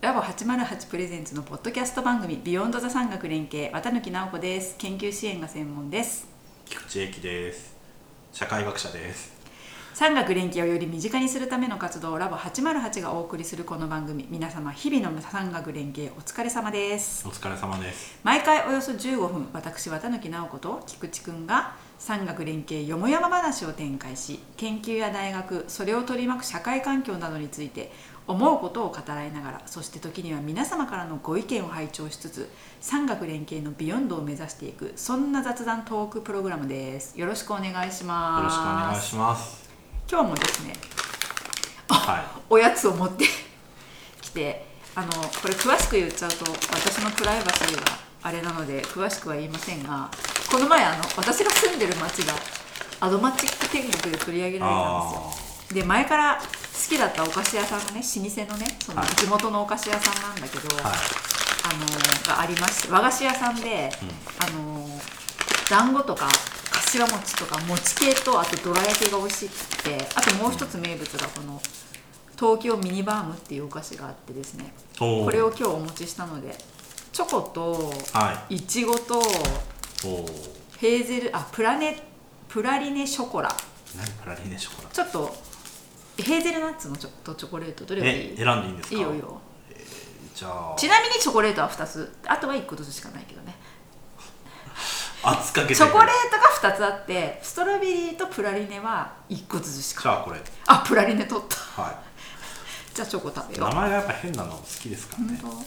ラボ808プレゼンツのポッドキャスト番組ビヨンドザ産学連携綿貫直子です研究支援が専門です菊池英樹です社会学者です産学連携をより身近にするための活動ラボ808がお送りするこの番組皆様日々の産学連携お疲れ様ですお疲れ様です毎回およそ15分私綿貫直子と菊池くんが産学連携よもやま話を展開し研究や大学それを取り巻く社会環境などについて思うことを語らいながらそして時には皆様からのご意見を拝聴しつつ産学連携のビヨンドを目指していくそんな雑談トークプログラムですよろしくお願いしますよろしくお願いします今日もですねはおやつを持って きてあのこれ詳しく言っちゃうと私のプライバシーがあれなので詳しくは言いませんがこの前あの私が住んでる町がアドマチック天国で取り上げいられたんですよあで前から好きだったお菓子屋さんのね老舗のねそのはい地元のお菓子屋さんなんだけど、ーはいあのがありまして和菓子屋さんで、うんあの団子とか柏餅とか餅系とあとどら焼きが美味しくてあともう一つ名物がこの東京ミニバームっていうお菓子があってですねおーこれを今日お持ちしたのでチョコとはいちごといおおヘーゼルあプラネプラリネショコラ何プラリーネショコラちょっとヘーゼルナッツのチョとチョコレートどれがいえい選んでいいんですかいいよいいよじゃあちなみにチョコレートは2つあとは1個ずつしかないけどね圧かけてチョコレートが2つあってストロベリーとプラリネは1個ずつしじかゃあこれあプラリネ取ったはじゃあチョコ食べいよ名う前がやっぱ変なの好きですからね本はい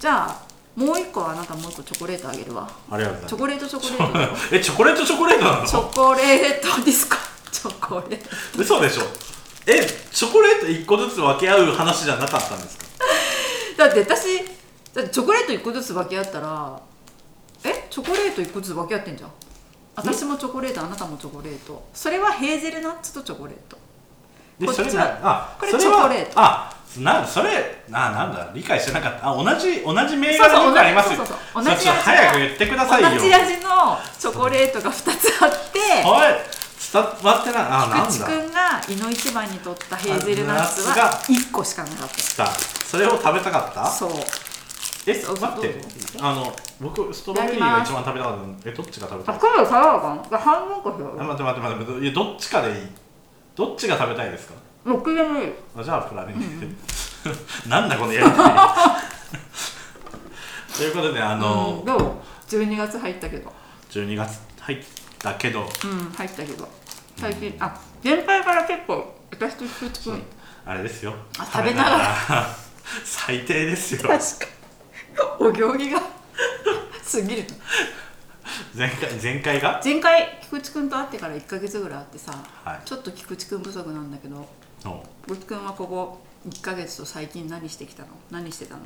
じゃあもう1個はあなたもう1個チョコレートあげるわありがとうございますチョコレートチョコレートだよえチョコレートチョコレートなチョのコレートディスコチョコレート嘘でしょえチョコレート一個ずつ分け合う話じゃなかったんですかだって私だってチョコレート1個ずつ分け合ったらえチョコレート1個ずつ分け合ってんじゃん私もチョコレートあなたもチョコレートそれはヘーゼルナッツとチョコレートでこっちはそれなあこれそはチョコレートあなそれあなんだ理解してなかったあ同じ同じ銘柄そうそうよくありますよ同じそうそうそれちょっと早く言ってくだ同さいよじ味のチョコレートが2つあっておい伝わってないあなん菊池だくんが井の一番に取ったヘーゼルナッツあナはッ1個しかなかっさそれを食べたかったたそうえそう待っどてうぞあの僕ストロベリーが一番食べたかったのえどっちが食べたい今度買おうかな半分こしよあ待って待って待っていやどっちかでいいどっちが食べたいですか6でもいいあじゃあプラネットで なんだこのや りとりということであの、どう12月入ったけど12月入ったけどうん入ったけど最近、あ先輩から結構私と菊池くんあれですよあ食べながら食べな 最低ですよ確かお行儀が すぎる前回前回が前回菊池くんと会ってから1ヶ月ぐらい会ってさ、はいちょっと菊池くん不足なんだけどお菊池くんはここ1ヶ月と最近何してきたの何してたの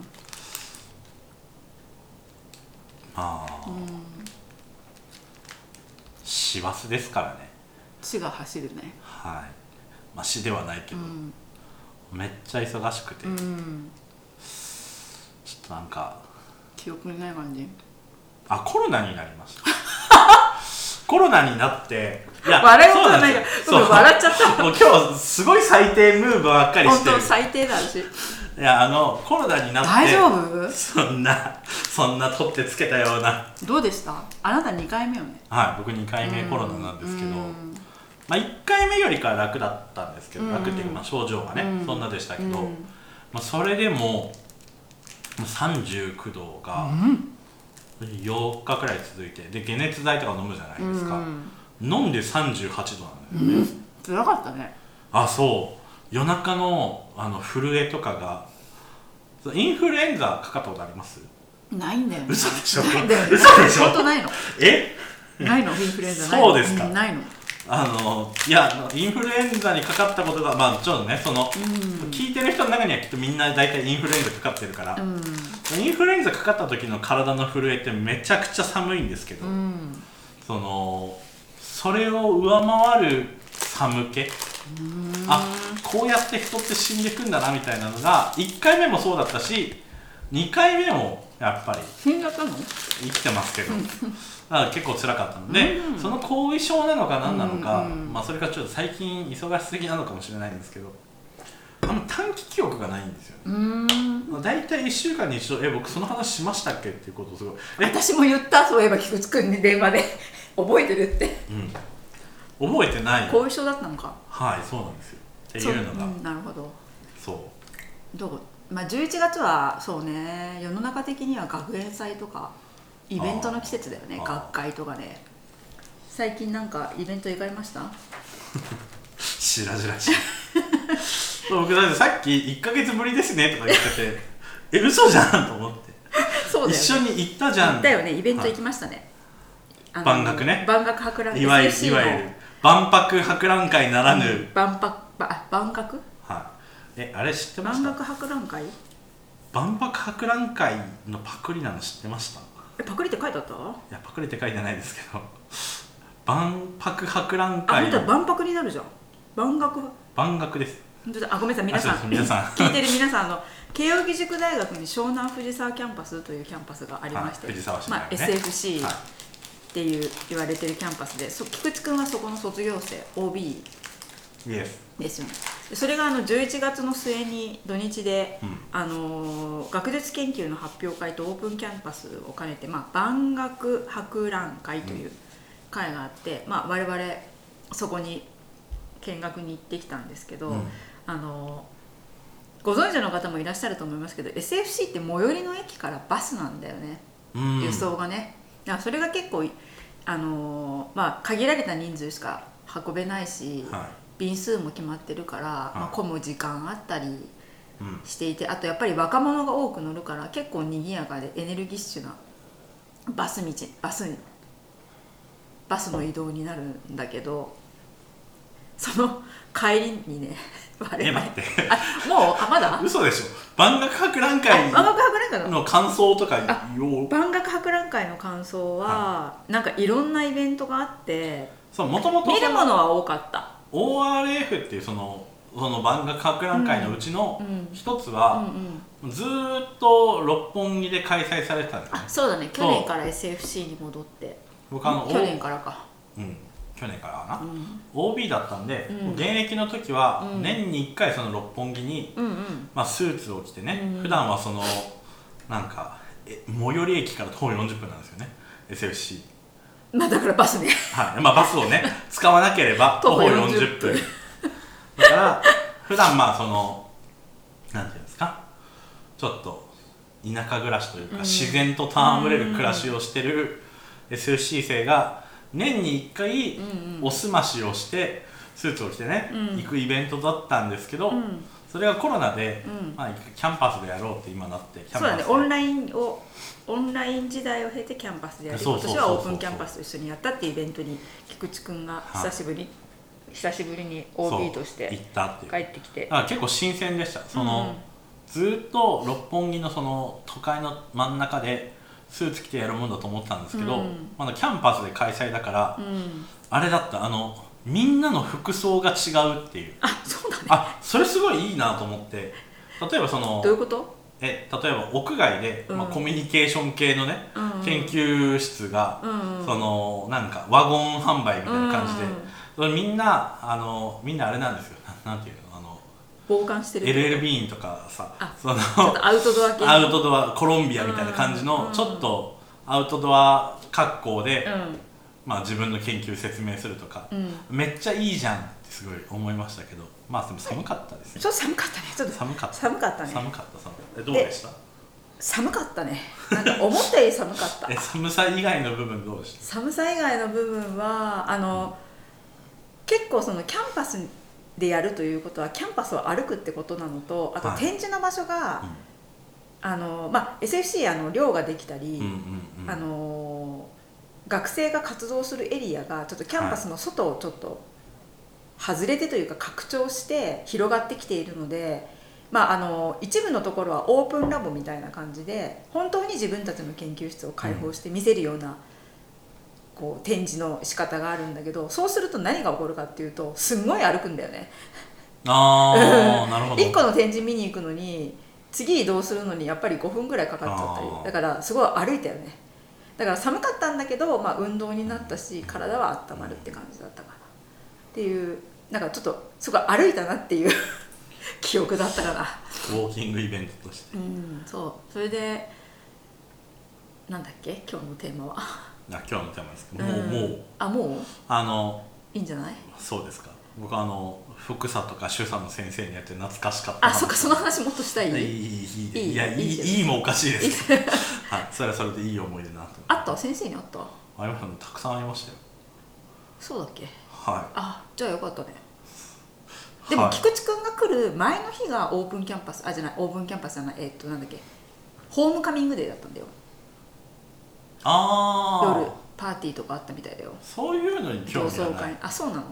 ああ師走ですからね血が走るねはいまあ師ではないけうど、んめっちゃ忙しくて、うちょんっとなんか記憶にない感じあコロナになりました コロナになっていや笑い事じゃないよそごめうんなん笑でっちゃっすよそうもう今日すごい最低ムーブばっかたりし本て当る最低だしいやあのコロナになって大丈夫そんなそんな取ってつけたようなどうでしたあなた2回目よねはい僕2回目コロナなんですけど、うんまあ、1回目よりかは楽だったんですけど、うん楽っていうかまあ症状がね、うんそんなでしたけど、うんまあ、それでももう39度がうん8日くらい続いてで解熱剤とか飲むじゃないですか、うん飲んで38度なんだよね、辛かったねあそう夜中のあの震えとかがそうインフルエンザかかったことありますないんだよね嘘でしょないんだよね嘘でしょ本当ないのえないのインフルエンザないのそうですかんないのあのいやあのインフルエンザにかかったことがまあちょっとねその、うん聞いてる人の中にはきっとみんな大体インフルエンザかかってるからう、んインフルエンザかかった時の体の震えってめちゃくちゃ寒いんですけど、うんそのそれを上回る寒気あこうやって人って死んでくんだなみたいなのが1回目もそうだったし2回目もやっぱり死んじゃったの生きてますけど だから結構辛かったので、うんその後遺症なのか何なのか、うんうんまあ、それかちょっと最近忙しすぎなのかもしれないんですけどあんま短期記憶がないんですよねうーん大体1週間に一度「え僕その話しましたっけ?」っていうことをすごい「え私も言ったそういえば菊池君に電話で覚えてるってうん覚えてない」後遺症だったのかはいそうなんですよっていうのがそんなるほどそうどこまあ11月はそうね世の中的には学園祭とかイベントの季節だよねあー学会とかね最近なんかイベント行かれましたしらじらしい僕だってさっき1か月ぶりですねとか言っててえ嘘じゃんと思って、そうだ一緒よねに行ったじゃん行ったよねイベント行きはましたねあの万学ね万学博覧いいわゆ SSC るいのわゆる万博博覧会ならぬ、万博ば万学はいえあれ知ってま万し学た博覧会万博博覧会のパクリなの知ってましたいえパクリって書いてあったやパクリって書いてないですけど 万博博覧あ会本当は万博になるじゃん万学万学です本当だあごめんなさい皆さあそんうです皆さん聞いてる皆さんあの慶應義塾大学に湘南藤沢キャンパスというキャンパスがありまして、はい藤沢市にまああ、るね SFC っはいていう言われてるキャンパスでそ菊池君はそこの卒業生 OB イエスですよねでそれがあの11月の末に土日で、うんあのー学術研究の発表会とオープンキャンパスを兼ねて、まあ、万学博覧会という会があって、まあ、我々そこに見学に行ってきたんですけど、うんあのーご存知の方もいらっしゃると思いますけど SFC って最寄りの駅からバスなんだよね、うん輸送がねだからそれが結構、あのーまあ、限られた人数しか運べないし。は便数も決まってるから、まあ、混む時間あったりい、うんしていてあとやっぱり若者が多く乗るから結構賑やかでエネルギッシュなバス道バスにバスの移動になるんだけどその帰りにね 我え々待って あもうあまだあ嘘でしょ万学博覧万会学博覧会のの感想とか言おう万学博覧会の感想は、なんかいろんなイベントがあってそうもともと見るものは多かった、 ORF っていうそのその万学博覧会のうちのうん一つうんうは、ん、ずーっと六本木で開催されてたんですねあそうだね去年から SFC に戻って僕あの去年からか、おうん、去年からかうな、ん、 OB だったんで、うん現役の時はうん年に1回その六本木に、うんうんまあ、スーツを着てね、うん普段はそのなんかえ最寄り駅から徒歩40分なんですよね SFC まあだからバスねはい、まあバスを ね使わなければ徒徒歩歩40 40分分だから普段まあそのなんていうんですかちょっと田舎暮らしというか、うん自然と戯れる暮らしをしてる SFC 生が年に1回うんうんおすましをしてスーツを着てね、うん行くイベントだったんですけど、うんそれがコロナで、うんまあ、キャンパスでやろうって今なってキャそンうパスだねオンラインをオンライン時代を経てキャンパスでやりそ今うそうそう年そうはオープンキャンパスと一緒にやったっていうイベントに菊池君が久しぶり、久しぶりに OB としそう行ってたっていう帰ってきてだから結構新鮮でしたその、うんうんずっと六本木のその都会の真ん中でスーツ着てやるもんだと思ったんですけど、うんまだキャンパスで開催だから、うんあれだったあのみんなの服装が違うっていうあそうだねあそれすごいいいなと思って例えばそのどういうことえ例えば屋外で、まあ、うんコミュニケーション系のね、うんうん研究室が、うんうんそのなんかワゴン販売みたいな感じで、うんそれみんなあのみんなあれなんですよななんていうのあの傍観してる LLB とかさあそのちょっとアウトドア系アウトドアコロンビアみたいな感じうのんちょっとアウトドア格好で、うんまあ、自分の研究説明するとか、うんめっちゃいいじゃんってすごい思いましたけどまあでも寒かったですねちょっと寒かったねちょっと寒かった寒かったね寒かった寒かったえどうでした寒かったねなんか思ったより寒かったえ寒さ以外の部分どうでし寒さ以外の部分はあの結構そのキャンパスでやるということはキャンパスを歩くってことなのとあとはい展示の場所が、たうんあのまあ、SFC あの寮ができたり、うんうんうんあの学生が活動するエリアがちょっとキャンパスの外をちょっと外れてというか拡張して広がってきているので、まあ、あの一部のところはオープンラボみたいな感じで本当に自分たちの研究室を開放して見せるような、こう展示の仕方があるんだけどそうすると何が起こるかっていうとすんごい歩くんだよね。ああ なるほど1個の展示見に行くのに次移動するのにやっぱり5分ぐらいかかっちゃったりあーだからすごい歩いたよねだから寒かったんだけど、まあ、運動になったし体は温まるって感じだったかなっていうなんかちょっとすごい歩いたなっていう 記憶だったからウォーキングイベントとしてうんそうそれでなんだっけ今日のテーマはあ今日のテーマですけどもう,、もんうあもうあのいいんじゃないそうですか僕あの福佐とか主さんの先生にやって懐かしかったあそっかその話もっとしたいい、いいいいいいいいやいいいいですいいもおかしいですけど はいそれはそれでいい思い出なと思て あった先生にあったありましたねたくさんありましたよそうだっけはいあじゃあよかったねでも、はい菊池くんが来る前の日がオープンキャンパスあじゃないオープンキャンパスじゃないえっとなんだっけホームカミングデーだったんだよあ夜あパーティーとかあったみたいだよそういうのに同興味窓がな会いあそうなの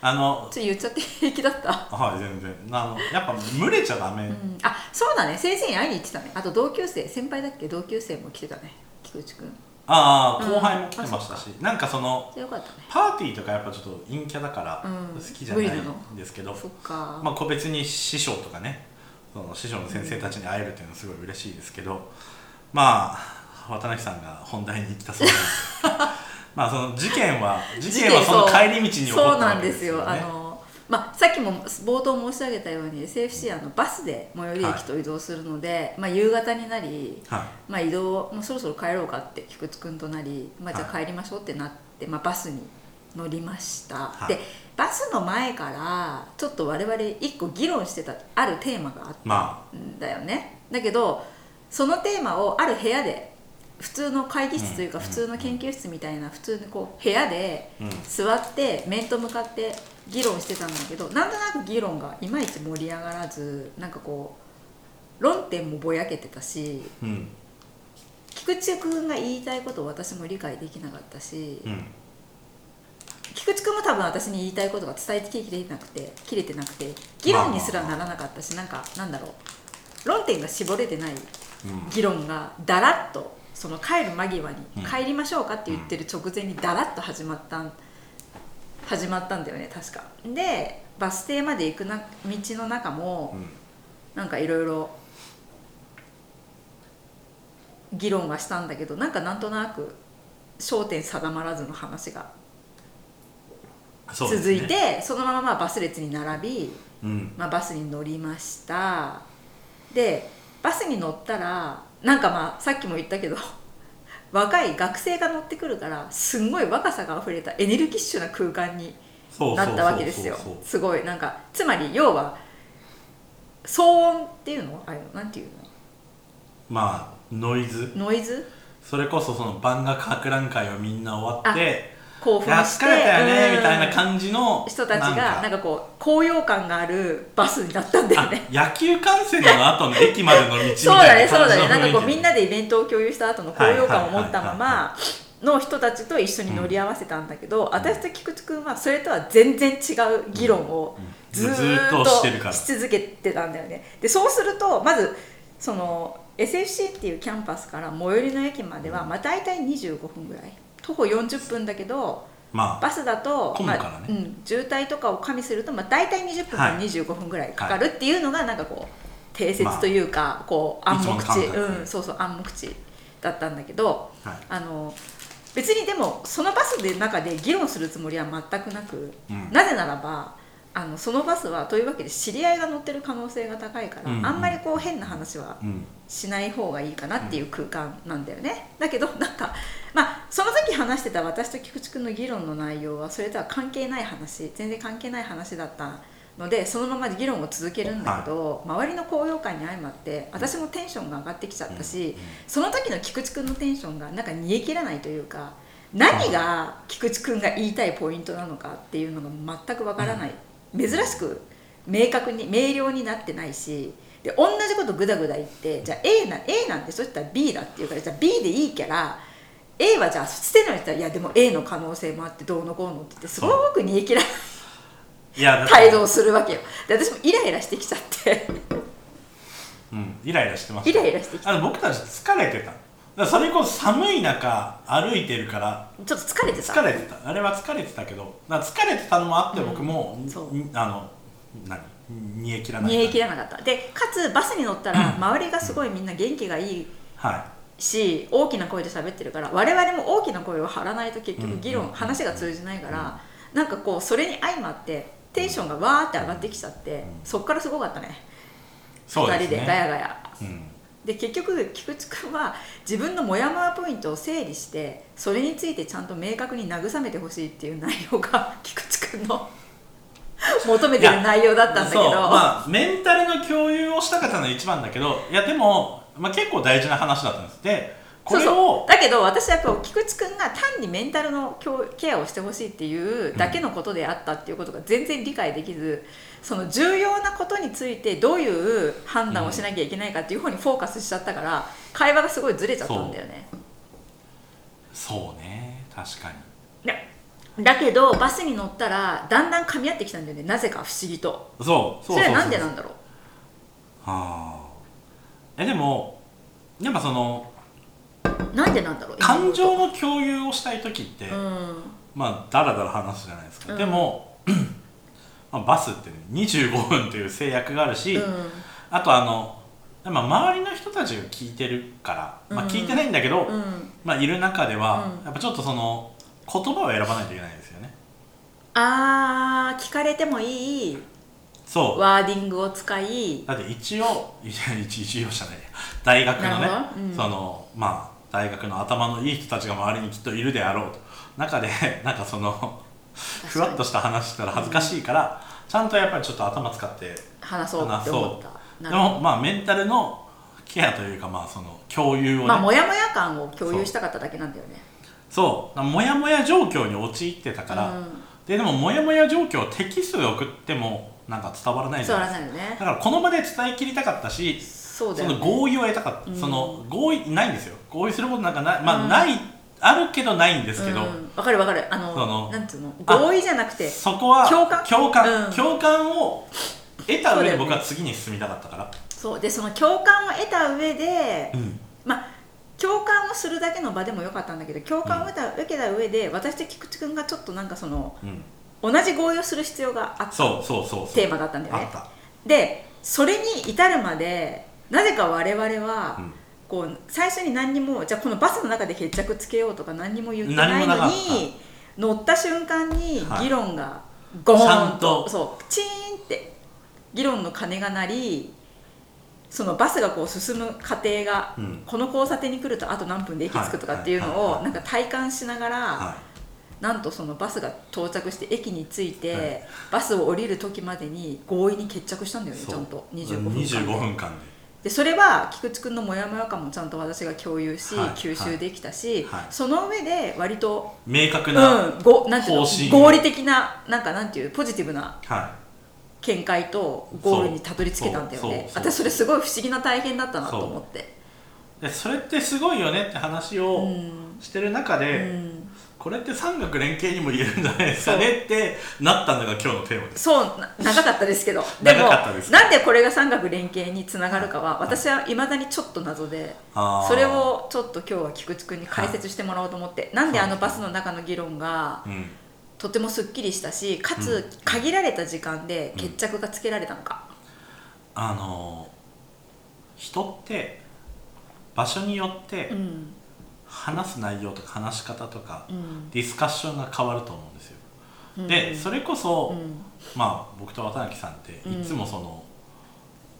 あちのょっと言っちゃって平気だったはい全然あのやっぱ群れちゃダメ、うんあそうだね先生に会いに行ってたねあと同級生先輩だっけ同級生も来てたね菊池くんああうん後輩も来てましたし、なんかそのじゃあよかったねパーティーとかやっぱちょっと陰キャだからうん好きじゃない無理なのんですけど、そっか、まあ、個別に師匠とかねその師匠の先生たちに会えるっていうのはすごい嬉しいですけどまあ渡辺さんが本題に行ったそうなんですけど まあその事件は事件はその帰り道に起こそっうたなんわけでですすよよあね。の、まあ、さっきも冒頭申し上げたように SFC あのバスで最寄り駅と移動するので、まあ、夕方になり、はまあ、移動もうそろそろ帰ろうかって菊池君となり、まあ、じゃあは帰りましょうってなって、まあ、バスに乗りました、いでバスの前からちょっと我々一個議論してたあるテーマがあっい、またんだよねだけどそのテーマをある部屋で普通の会議室というかうん普通の研究室みたいな普通のこう部屋であ、うん、座って面と向かって議論してたんだけどなんとなく議論がいまいち盛り上がらずなんかこう論点もぼやけてたしうん、菊池君が言いたいことを私も理解できなかったし、うん、菊池君も多分私に言いたいことが伝えてきれてなくて切れてなくて議論にすらならなかったしなんかなんだろう論点が絞れてないうん、議論がだらっとその帰る間際にうん帰りましょうかって言ってる直前にだらっと始まったん始まったんだよね確かでバス停まで行くな道の中もうん、なんかいろいろ議論はしたんだけどなんかなんとなく焦点定まらずの話がそうです続ねいてそ,、、のまままあバス列に並びうん、まあ、バスに乗りましたでバスに乗ったらなんかまあさっきも言ったけど 若い学生が乗ってくるからすんごい若さが溢れたエネルギッシュな空間にそうそうなそっうたわけですよそうそうすごいなんかつまり要は騒音っていうのあれなんていうまあノイズのノイズそれこそその漫画博覧会をみんな終わって興「奮いやし疲てれたよね」みたいなじ感じの人たちがなんかなんかこう高揚感があるバスになったんだよねあ野球観戦の後の駅までの道み そうだたいね、なそう感じだね。の雰囲気なんかこうみんなでイベントを共有した後の高揚感を持ったまはいはいはいまの人たちと一緒に乗り合わせたんだけど、私と菊池君はそれとは全然違う議論をうんずずーーっっととしてるからし続けてたんだよね。で、そうするとまずその SFC っていうキャンパスから最寄りの駅まではまあ大体25分ぐらい。徒歩40分だけどまあバスだと、混むまからあねうん、渋滞とかを加味すると、まあ、大体20分からはい25分ぐらいかかるっていうのがなんかこう定説というか、こう暗黙いつも地、の感覚うん、そうそう暗黙地だったんだけどはいあの別にでもそのバスで中で議論するつもりは全くなく、うんなぜならばあのそのバスはというわけで知り合いが乗ってる可能性が高いから、うんうんあんまりこう変な話はうんしない方がいいかなっていう空間なんだよね、だけどなんかまあその時話してた私と菊池君の議論の内容はそれとは関係ない話全然関係ない話だったのでそのまま議論を続けるんだけど、周りの高揚感に相まって私もテンションが上がってきちゃったし、その時の菊池君のテンションがなんか煮え切らないというか何が菊池君が言いたいポイントなのかっていうのが全くわからない、珍しく明確に明瞭になってないしで同じことグダグダ言ってじゃあ A な A なんてそしたら B だっていうからじゃあ B でいいキャラ A はじゃあ捨てないって言ったらいやでも A の可能性もあってどうのこうのって言ってすごく煮え切らないいやだって態度をするわけよで私もイライラしてきちゃってうんイライラしてまイしたライラしてきてあの僕たち疲れてただからそれこそ寒い中歩いてるからちょっと疲れてた疲れてたあれは疲れてたけどだから疲れてたのもあって僕も、んそうんあの何煮え切らない煮え切らなかったでかつバスに乗った ら周りがすごいみんな元気がいいはし大きな声で喋ってるから我々も大きな声を張らないと結局議論、うん話が通じないから、なんかこうそれに相まってテンションがわーって上がってきちゃって、そっからすごかったねそうです二人でガね、ヤガヤうん、で結局菊池君は自分のモヤモヤポイントを整理してそれについてちゃんと明確に慰めてほしいっていう内容が菊池君の求めてる内容だったんだけどそうまあメンタルの共有をしたかったのが一番だけどいやでも、まあ、結構大事な話だったんですでこれをそうそうだけど私はこう菊池君が単にメンタルの教ケアをしてほしいっていうだけのことであったっていうことが全然理解できずその重要なことについてどういう判断をしなきゃいけないかっていう方にフォーカスしちゃったから会話がすごいずれちゃったんだよね。そうね確かにだだけどバスに乗ったらだんだん噛み合ってきたんだよねなぜか不思議とそうそううううれはなんでなんだろうはあえでもやっぱそのなんでなんだろう感今情の共有をしたい時って、のまあダラダラ話すじゃないですか、うんでも、 まあ、バスってね25分という制約があるし、うん、うんあとあの、まあ、周りの人たちが聞いてるから、まうあ、ん聞いてないんだけど、うん、まあ、いる中では、うんやっぱちょっとその言葉を選ばないといけないですよねあー聞かれてもいいそうワーディングを使いだって一応 いや一一応じゃない大学のなねるほどうんそのまあ大学の頭のいい人たちが周りにきっといるであろうと中で なんかそのふわっとした話したら恥ずかしいから、ちゃんとやっぱりちょっと頭使って話そうって思ったなでるほもまあメンタルのケアというかまあその共有をどね、まあモヤモヤ感を共有したかっただけなんだよねそうモヤモヤ状況に陥ってたから、うん、ででもモヤモヤ状況をテキストで送ってもなんか伝わらないじそゃうないらですないよかねだからこの場で伝えきりたかったしそうだそよねの合意を得たかった、うんその合意ないんですよ合意することなんかないまあ、うんないあるけどないんですけうど、んわかるわかるあのそのなんつうのあ合意じゃなくてそこは共感共感,、うん共感を得たそうだよ上でね僕は次に進みたかったからそうでその共感を得た上でう、んまあ共感をするだけの場でもよかったんだけど共感を受けた受けた上で私と菊池君がちょっとなんかそのうん同じ合意をする必要があったそうそうそうそうテーマだったんだよあねったでそれに至るまでなぜか我々は、うんこう最初に何にもじゃあこのバスの中で決着つけようとか何にも言って何なもいなのかっに乗った瞬間にはい議論がゴーンと,、ちゃんとそうチーンって議論の鐘が鳴りそのバスがこう進む過程が、うんこの交差点に来るとあと何分で駅着くとかっていうのはいはいをはいなんか体感しながら、はなんとそのバスが到着して駅に着いて、はいバスを降りる時までに合意に決着したんだよいねそちうゃんと25分間で25分間ででそれは菊池君のモヤモヤ感もちゃんと私が共有し、はい吸収できたし、はいはいその上で割と、明確うな、ん、ごなんていうの方針合理的ななんかなんていうポジティブなは見解とゴールにたどり着けたんだよねそうそうそう私それすごい不思議な体験だったなと思っていでそれってすごいよねって話うをん、してる中うで、ん、これって三角連携にも言えるんじゃないですかねってなったのが今日のテーマですそうな長かったですけどでも 長かったですなんでこれが三角連携につながるかは私はいまだにちょっと謎で。あーそれをちょっと今日は菊池君に解説してもらおうと思って、なんであのバスの中の議論がうんとてもすっきりしたしかうつ限られた時間で決着がつけられたのか、あの人って場所によってうん話す内容とか話し方とかうんディスカッションが変わると思うんですよ、うん、でそれこそ、うんまあ僕と綿貫さんってうんいつもその、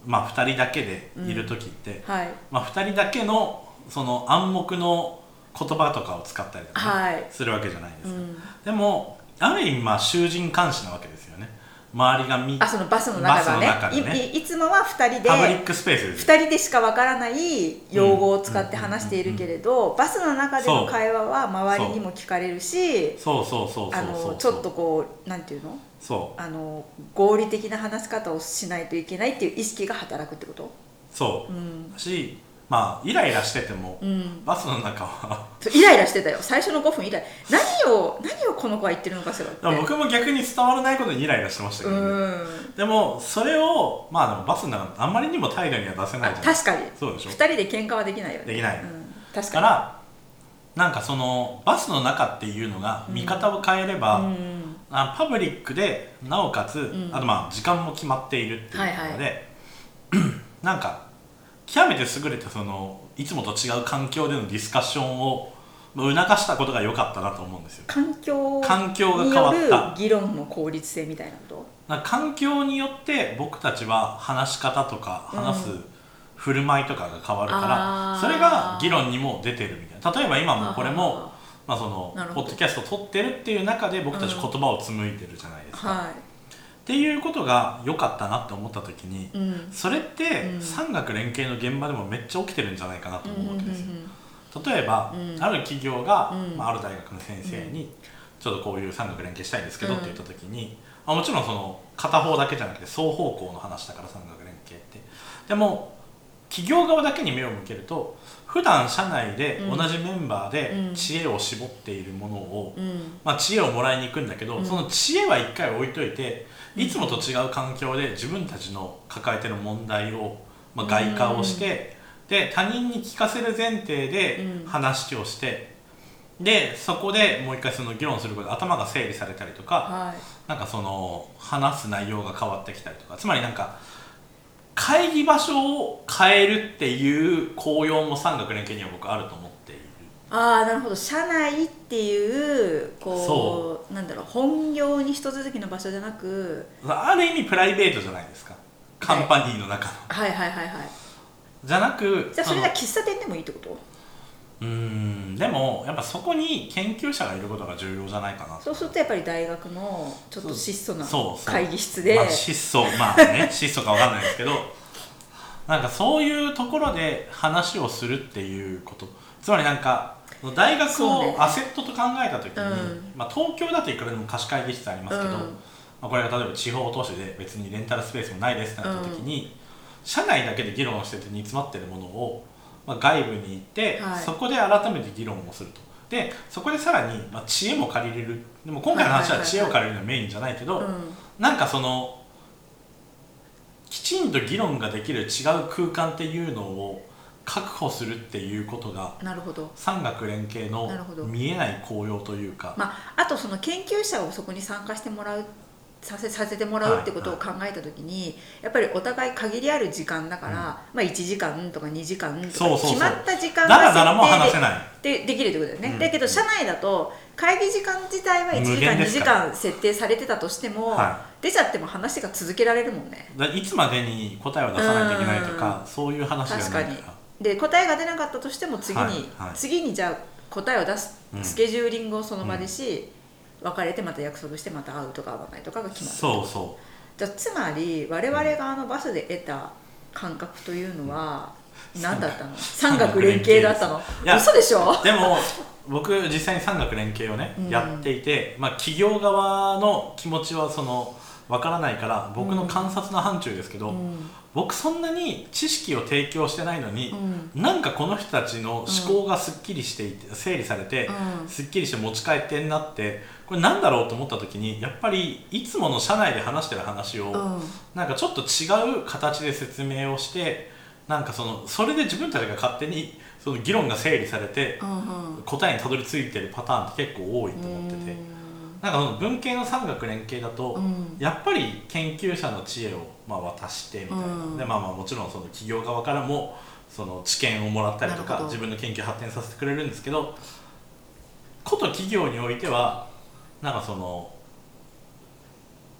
まあ2人だけでいる時って、はいまあ2人だけのその暗黙の言葉とかを使ったりとかね、はい、するわけじゃないでうすか、ん、でもある意味まあ囚人監視なわけですよね周りが見あそのバスの中がねバスの中でねいいいつもは2人でパブリックスペースですよ2人でしかわからない用語を使って話しているけれど、バスの中での会話は周りにも聞かれるしそうそうそうそあうそうのちょっとこうなんていうのそうあの合理的な話し方をしないといけないっていう意識が働くってことそうう、ん、しまあイライラしてても、うん、バスの中はそうイライラしてたよ最初の5分イライ何を何をこの子は言ってるのかしらってでも僕も逆に伝わらないことにイライラしてましたけうどね、んでもそれをまあでもバスの中あんまりにも態度には出せなあいじゃない確かにそうでしょ2人で喧嘩はできないよねできないうん、確かかにらなんかそのバスの中っていうのが見方を変えれば、うんあパブリックでなおかつ、んあとまあ時間も決まっているっていうので、はいは なんか極めて優れたそのいつもと違う環境でのディスカッションをまあ促したことが良かったなと思うんですよ環境環境がに変わよったる議論の効率性みたいなことなんか環境によって僕たちは話し方とかうん話す振る舞いとかが変わるかあら、ーそれが議論にも出てるみたいな例えば今もこれもまあ、そのなるほポどッドキャスト撮ってるっていう中で僕たちうん言葉を紡いでるじゃないですか。はっていうことが良かったなって思った時にい、うんそれってうん産学連携の現場でもめっちゃ起きてるんじゃないかなとうん思うわうんけうんですよ。例えば、うんある企業が、うんまあ、ある大学の先生に、ちょっとこういう産学連携したいんですけどって言った時に、あもちろんその片方だけじゃなくて双方向の話だから産学連携ってでも企業側だけに目を向けると普段社内でうん同じメンバーうんで知恵を絞っているものを、うんまあ、知恵をもらいに行くんだけど、うんその知恵は一回置いといてうんいつもと違う環境で自分たちの抱えてる問題を、まあ、外化をして、で他人に聞かせる前提でうん話をして、でそこでもう一回その議論することで頭が整理されたりとか、はいなんかその話す内容が変わってきたりとかつまりなんか会議場所を変えるっていう効用も産学連携には僕あると思っている。ああなるほど社内っていうこそうなんだろう本業に人続きの場所じゃなくある意味プライベートじゃないですかカンパニーの中の。はいはいはいはいじゃなくじゃあそれがの喫茶店でもいいってことうーんでもやっぱそこに研究者がいることが重要じゃないかなそうするとやっぱり大学のちょっと質素なそうそう会議室でまあ、質素ま あね質素かわかんないですけどなんかそういうところで話をするっていうことつまりなんか大学そうねをアセットと考えた時に、うんまあ、東京だといくらでも貸し会議室ありますけうど、んまあ、これが例えば地方都市で別にレンタルスペースもないですってなった時に、社内だけで議論をしてて煮詰まってるものを、まあ、外部に行って、はいそこで改めて議論をするとでそこでさらに、まあ、知恵も借りれるでも今回の話は知恵を借りるのがメインじゃないけど、うんなんかそのきちんと議論ができる違う空間っていうのを確保するっていうことがなるほど産学連携のなるほど見えない効用というか、まあ、あとその研究者をそこに参加してもらうさせさせてもらうってことを考えた時に、やっぱりお互い限りある時間だから、うんまあ、1時間とか2時間とかそうそうそう決まった時間だらだらも設話定せないででできるってことだよね、うんだけど社内だと会議時間自体は1時無間限2です時から間設定されてたとしても、は出ちゃっても話が続けられるもんねだいつまでに答えを出さないといけないとかそういう話じゃない確からで答えが出なかったとしても次に、はいはい次にじゃあ答えを出すうんスケジューリングをその場でし、別れてまた約束してまた会うとか会わないとかが決まるそうそじゃあつまり我々があのバスで得た感覚というのはうん何だったの三角連携だったのいや嘘でしょうでも僕実際に産学連携をね、うんやっていて、まあ、企業側の気持ちはそのわからないから僕の観察の範疇ですけど、うん僕そんなに知識を提供してないのにう、んなんかこの人たちの思考がすっきりしていて、整理されて、うんすっきりして持ち帰ってんなってこれなんだろうと思った時にやっぱりいつもの社内で話してる話を、うんなんかちょっと違う形で説明をしてなんかそのそれで自分たちが勝手にその議論が整理されて、うん答えにたどり着いてるパターンって結構多いと思ってて、なんかその文系の産学連携だと、うんやっぱり研究者の知恵をまあ渡してみたいな、うんでまあまあもちろんその企業側からもその知見をもらったりとなるかほど自分の研究を発展させてくれるんですけどこと企業においてはなんかその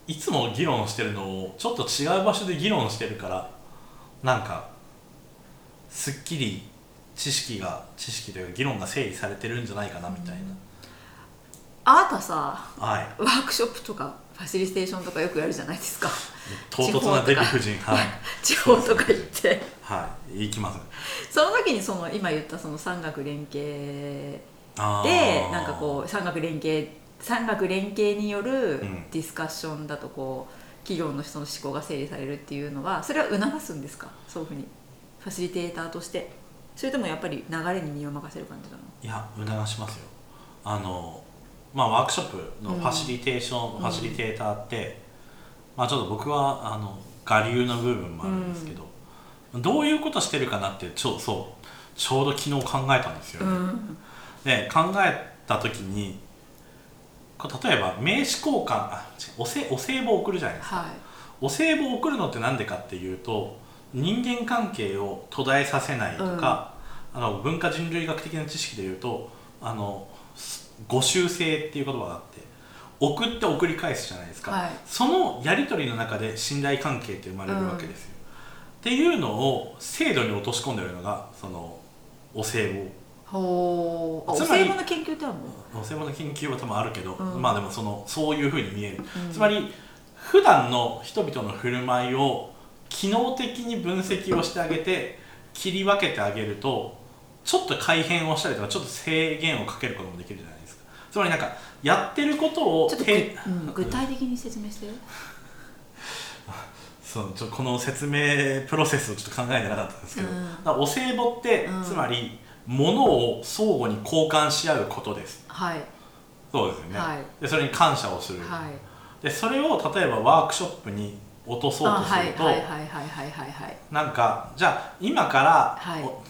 いつも議論してるのをちょっと違う場所で議論してるからなんかすっきり知識が知識というか議論が整理されてるんじゃないかなみたいあなたさな、はいワークショップとかファシリテーションとかよくやるじゃないですか唐突なデヴィ夫人はい、 地方とか行ってはい、行きますねその時にその今言ったその産学連携あーでなんかこう産学連携産学連携によるうんディスカッションだとこう企業の人の思考が整理されるっていうのはそれは促すんですかそういうふうにファシリテーターとしてそれともやっぱり流れに身を任せる感じなのいや促しますよあのまあワークショップのファシリテーション、うんファシリテーターって、まあちょっと僕はあの我流の部分もあるんですけど、どういうことしてるかなってちょそうちょうど昨日考えたんですよ、うねんで考えた時にこう例えば名刺交換あ違うおせお歳暮を送るじゃないですかはお歳暮を送るのってなんでかっていうと人間関係を途絶えさせないとか、あの文化人類学的な知識でいうとあのす互習性っていう言葉があって送って送り返すじゃないですか、はいそのやり取りの中で信頼関係って生まれるわけですよ、っていうのを制度に落とし込んでるのがそのお歳暮ほうあおつま歳り暮の研究ってあるのお世話の研究は多分あるけど、うんまあでもそのそういうふうに見える、うんつまり普段の人々の振る舞いを機能的に分析をしてあげて切り分けてあげるとちょっと改変をしたりとかちょっと制限をかけることもできるじゃないですかつまりなんかやってることをちょっとぐ、てうん、具体的に説明してそのちょこの説明プロセスをちょっと考えてなかったんですけど、うんだからお歳暮って、うんつまり物を相互に交換し合うことですはいそうですよね、はいでそれに感謝をする、はいでそれを例えばワークショップに落とそうあとすはいると、はいはいはいはいはいはいなんかじゃあ今から、はいお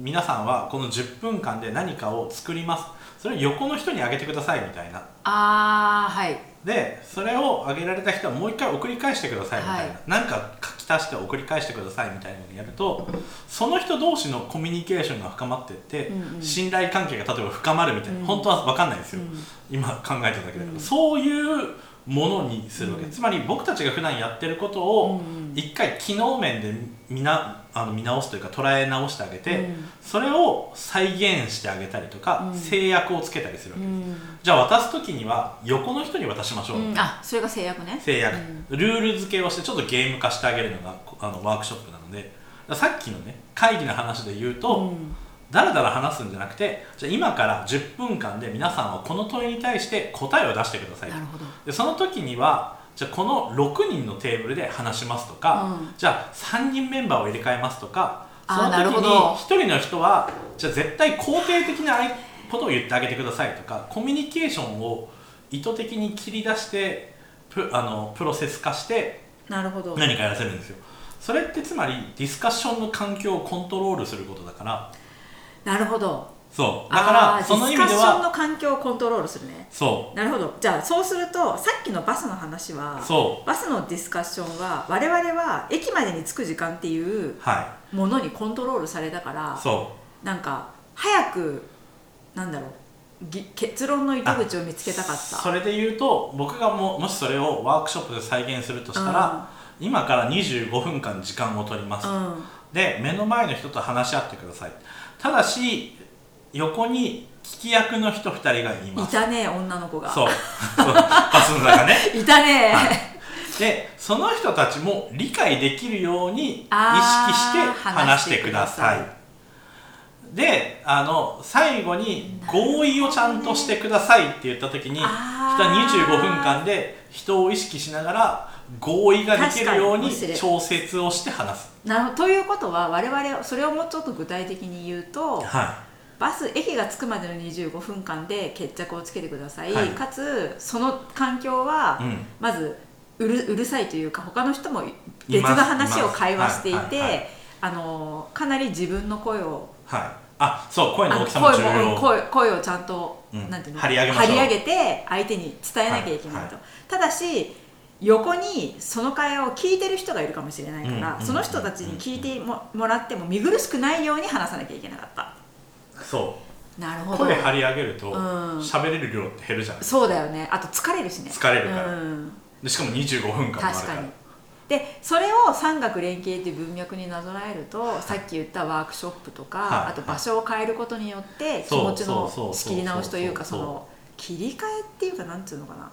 皆さんはこの10分間で何かを作りますそれを横の人にあげてくださいみたいなああはいでそれをあげられた人はもう一回送り返してくださいみたいな、はいなんか書き足して送り返してくださいみたいなのをやるとその人同士のコミュニケーションが深まってって、うんうん信頼関係が例えば深まるみたいな、うん本当は分かんないですよ、うん今考えただけだから、うんそういうものにするわけ、うんつまり僕たちが普段やってることうをんうん一回機能面で見なあの見直すというか捉え直してあげて、うんそれを再現してあげたりとか、うん制約をつけたりするわうけ、ん、じゃあ渡す時には横の人に渡しましょう、うん、あそれが制約ね制約、うんルール付けをしてちょっとゲーム化してあげるのがこあのワークショップなのでだからさっきのね会議の話で言うと、うんだらだら話すんじゃなくてじゃあ今から10分間で皆さんはこの問いに対して答えを出してくださいなるほどでその時にはじゃあこの6人のテーブルで話しますとか、うんじゃあ3人メンバーを入れ替えますとかあーそのなるほ時にど1人の人はじゃあ絶対肯定的な相ことを言ってあげてくださいとかコミュニケーションを意図的に切り出してプあのプロセス化してなるほど何かやらせるんですよそれってつまりディスカッションの環境をコントロールすることだからなるほどそうだからあーその意味デでィスカッションはの環境をコントロールするねそなるほどじゃあそうするとさっきのバスの話はうそバスのディスカッションは我々は駅までに着く時間っていううはものにコントロールされたからいそうなんか早くなんだろうぎ結論の糸口を見つけたかったそれで言うと僕がももしそれをワークショップで再現するとしたら、今から25分間時間を取ります、うんうんで目の前の人と話し合ってくださいただし横に聞き役の人2人がいいますたね女の子がそうそう バスの中ね いたね、はいでその人たちも理解できるように意識してあー話してください話してであの最後に合意をちゃんとしてくださいって言った時に人あーは25分間で人を意識しながら合意ができるように確かに調節をして話すなるほどということは我々それをもうちょっと具体的に言うとはバス駅が着くまでの25分間で決着をつけてください、はいかつその環境は、い、うん、まずうるうるさいというか他の人もい別のます話いをます会話していはいはいはてあのかなり自分の声をはいあそう声あのの大きさも重声も要声声をちゃんと、うんなんていうの張り上げまし張ょうり上げて相手に伝えなきゃいけないと、ただし横にその会話を聞いてる人がいるかもしれないから、うんその人たちに聞いても,、もらっても見苦しくないように話さなきゃいけなかったそなるうほど声張り上げるとうん喋、れる量って減るじゃんそうだよねあと疲れるしね疲れるからうんでしかも25分間もある確かにでそれを三角連携っていう文脈になぞらえるとさっき言ったワークショップとか、はいあと場所を変えることによって気そ持うちのそうそうそう仕切り直しというかそそうの切り替えっていうかなんていうのかな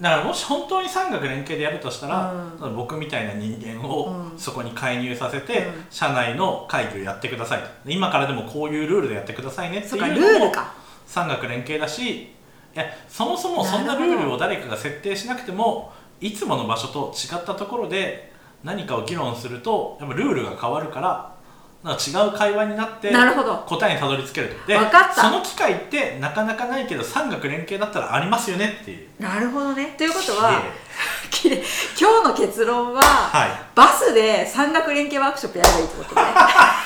だからもし本当に三角連携でやるとしたら、う僕みたいな人間をうんそこに介入させて、うん社内の会議をやってくださいと今からでもこういうルールでやってくださいねってそうかルいうーのルもか三角連携だしいやそもそもそんななルるほどールを誰かが設定しなくてもいつもの場所と違ったところで何かを議論するとやっぱルールが変わるからなんか違う会話になってなるほど答えにたどり着けるとでわかったその機会ってなかなかないけど三角連携だったらありますよねっていう。なるほどねということいえは きれい今日の結論は、はいバスで山岳連携ワークショップやればいいってこと ね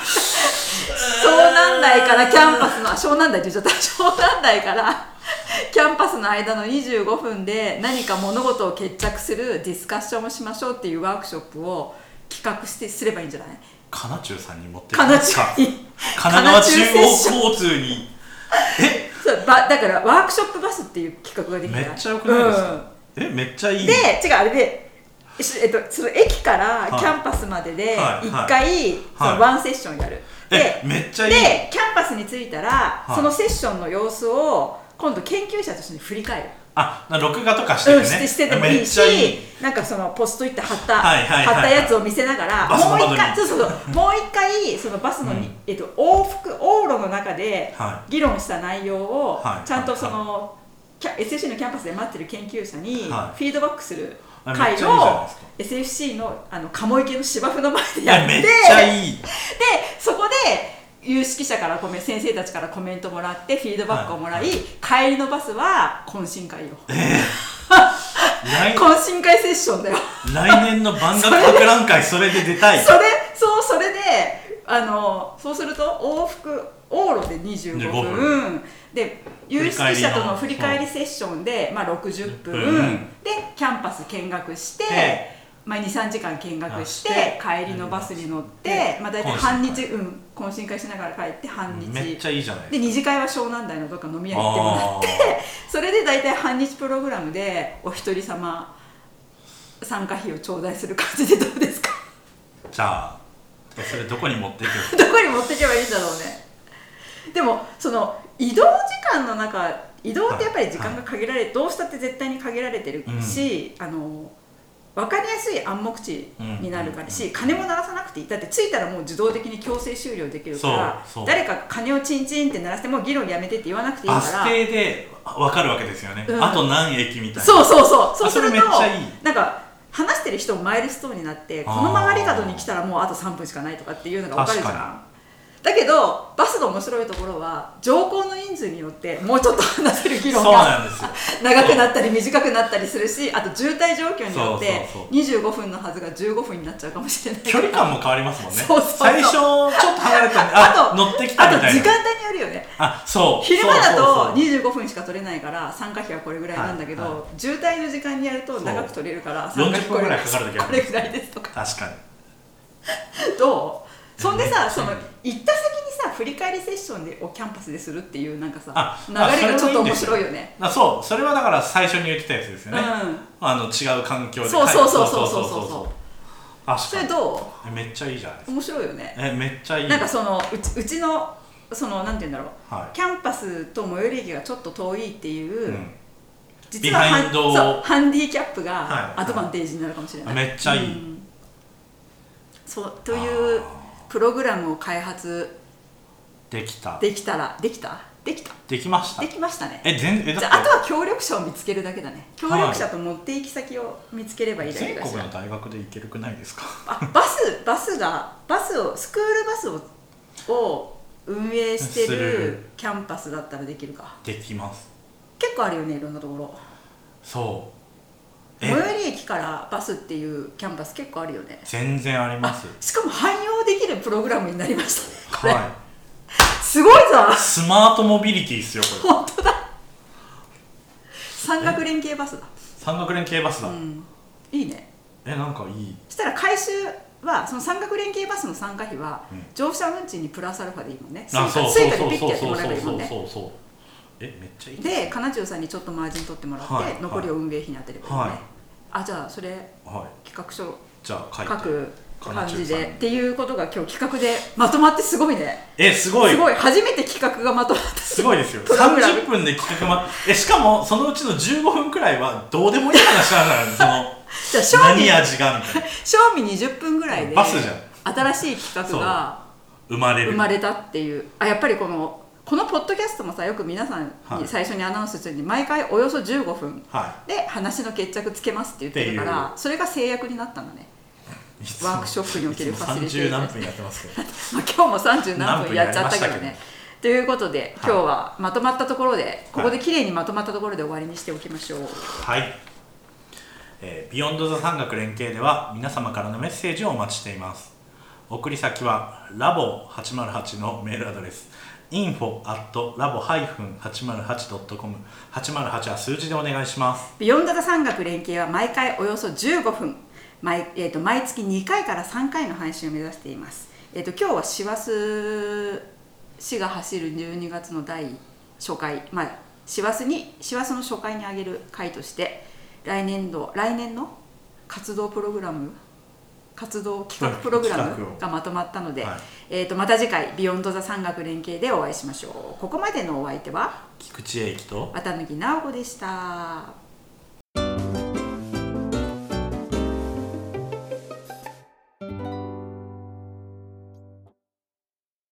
湘南台からキャンパスのあ湘南台って言っちゃった湘南台からキャンパスの間の25分で何か物事を決着するディスカッションをしましょうっていうワークショップを企画してすればいいんじゃないかなちゅうさんに持ってきかまなすちかゅうに神奈川中央交通にえそうばだからワークショップバスっていう企画ができためっちゃ良くないですうかんえめっちゃいいで違うあれで、しえっと、その駅からはいキャンパスまでではい一回、そはいのワンセッションやる、えでめっちゃいいでキャンパスに着いたら、いそのセッションの様子を今度研究者として振り返る、あな録画とかしてるうん、ねしてしてでもいめいっしちゃいいなんかそのポストイット貼った、はいはいはいはい貼ったやつを見せながらバスのもう窓一に回そうそうそうもう一回そのバスのに、うんえっと、往復往路の中では議論した内容を、はいちゃんとその、キャ SFC のキャンパスで待ってる研究者にフはいィードバックするあめっ会ちゃいいじゃないをですか SFC のあの鴨池の芝生の前でいややっめってちゃ いいでそこで有識者からコメ先生たちからコメントもらってフィードバックをもらい、はい帰りのバスは懇親会よ来懇親会セッションだよ来年の万学博覧会それで出たいそれそうそれであのそうすると往復往路で25 25分で有識者との振り返りセッションで、まあ、60分、うんでキャンパス見学して、えまあ、23時間見学してして帰りのバスに乗って、でまあ、大体懇親半会日うん懇親会しながら帰って半日めっちゃいいじゃないでです二次会は湘南台のどっか飲み屋か行ってもらうあー それで大体半日プログラムでお一人様参加費を頂戴する感じでどう ですかじゃあえそれどこに持っていくどこに持っていけばいいんだろうねでもその移動時間の中移動ってやっぱり時間が限られ、どうしたって絶対に限られてるし、あの分かりやすい暗黙知になるからし、うんうん金も鳴らさなくていいだって着いたらもう自動的に強制終了できるからそうそう誰かが鐘をチンチンって鳴らしてもう議論やめてって言わなくていいかバらス停で分かるわけですよね、うんあと何駅みたいなそうそうそうそうあするとそれめっちゃいいなんか話してる人もマイルストーンになってあーこの曲がり角に来たらもうあと3分しかないとかっていうのが分かるじ確ゃかんだけどバスの面白いところは乗降の人数によってもうちょっと話せる議論そうがな んですよ長くなったり短くなったりするしあと渋滞状況によってそうそうそう25分のはずが15分になっちゃうかもしれない距離感も変わりますもんねそうそうそう最初ちょっと離れてああと乗ってきあたとみたい時な間帯によるよねあそう昼間そうだとそうそう25分しか取れないから参加費はこれぐらいなんだけど、はいは渋滞の時間にやると長く取れるからそう参加費40分ぐらいかかる時あるこれぐらいですとか確かにどうそんでめさっちそゃいいの行った先にさ振り返りセッションでをキャンパスでするっていうなんかさあ流あれがちょっと面そ白れいもいいよんですねあそうそれはだから最初に言ってたやつですよね、うんあの違う環境でそうそうそうそうそうそう確そかれにどえめっちゃいいじゃないですうか面白いよねえめっちゃいいなんかそのうちうちのそのなんて言うんだろうはいキャンパスと最寄り駅がちょっと遠いっていう、うん実はハビハインンドをそうハンディキャップはがいアドバンテージになるかもしれない、あめっちゃいいうんそうというプログラムを開発できたでできたらできたできたきましたできましたねえ全えだってじゃああとは協力者を見つけるだけだね協力者と持って行き先を見つければいいだけ全だし国ら、の大学で行けるくないですかあバスバスがバスをスクールバスをを運営してするるキャンパスだったらできるかできます結構あるよねいろんなところそう最え寄り駅からバスっていうキャンパス結構あるよね全然ありますしかも汎用できるプログラムになりましたねこれ、はすごいぞいスマートモビリティですよこれ本当だ山岳連携バスだ山岳連携バスだ、うんいいねえなんかいいそしたら回収はその山岳連携バスの参加費はうん乗車運賃にプラスアルファでいいもんね、スイあカそうスそイうカでそうピッてそやってもうそうらえそばいいもんうねそうそうえめっちゃいいで金中さんにちょっとマージン取ってもらって、はい残りを運営費に当てればいいよね、はいあじゃあそれはい企画書じゃあ書いて書く感じで金中さんにっていうことが今日企画でまとまってすごいねえすごいすごい初めて企画がまとまったすごいですよプログラム30分で企画まえしかもそのうちの15分くらいはどうでもいい話な んだよねじゃあそ賞の味何味がみたいな賞味20分ぐらいでバスじゃん新しい企画が生まれる生まれたっていうあやっぱりこのこのポッドキャストもさよく皆さんはにい最初にアナウンスするように毎回およそ15分はで話の決着つけますって言ってるからそれが制約になったんだね、いいつもワークショップにおけるファシリテいーつタも30ー何分やってますけどまあ、今日も37何分分やっちゃったけどやりまねしたということで今日はまとまったところで、ここで綺麗にまとまったところで終わりにしておきましょうはい、えービヨンドザ産学連携では皆様からのメッセージをお待ちしています送り先はラボ808のメールアドレス info.labo-808.com 808は数字でお願いしますビヨンドザ産学連携は毎回およそ15分毎,、えー、と毎月2回から3回の配信を目指しています、えー、と今日は師走市が走る12月の第初回まあ師走に師走の初回にあげる回として来年度来年の活動プログラム活動企画プログラ企画ムをがまとまったので、はいえー、とまた次回「ビヨンド・ザ・山岳連携」でお会いしましょうここまでのお相手は菊池英樹と綿貫直子でした。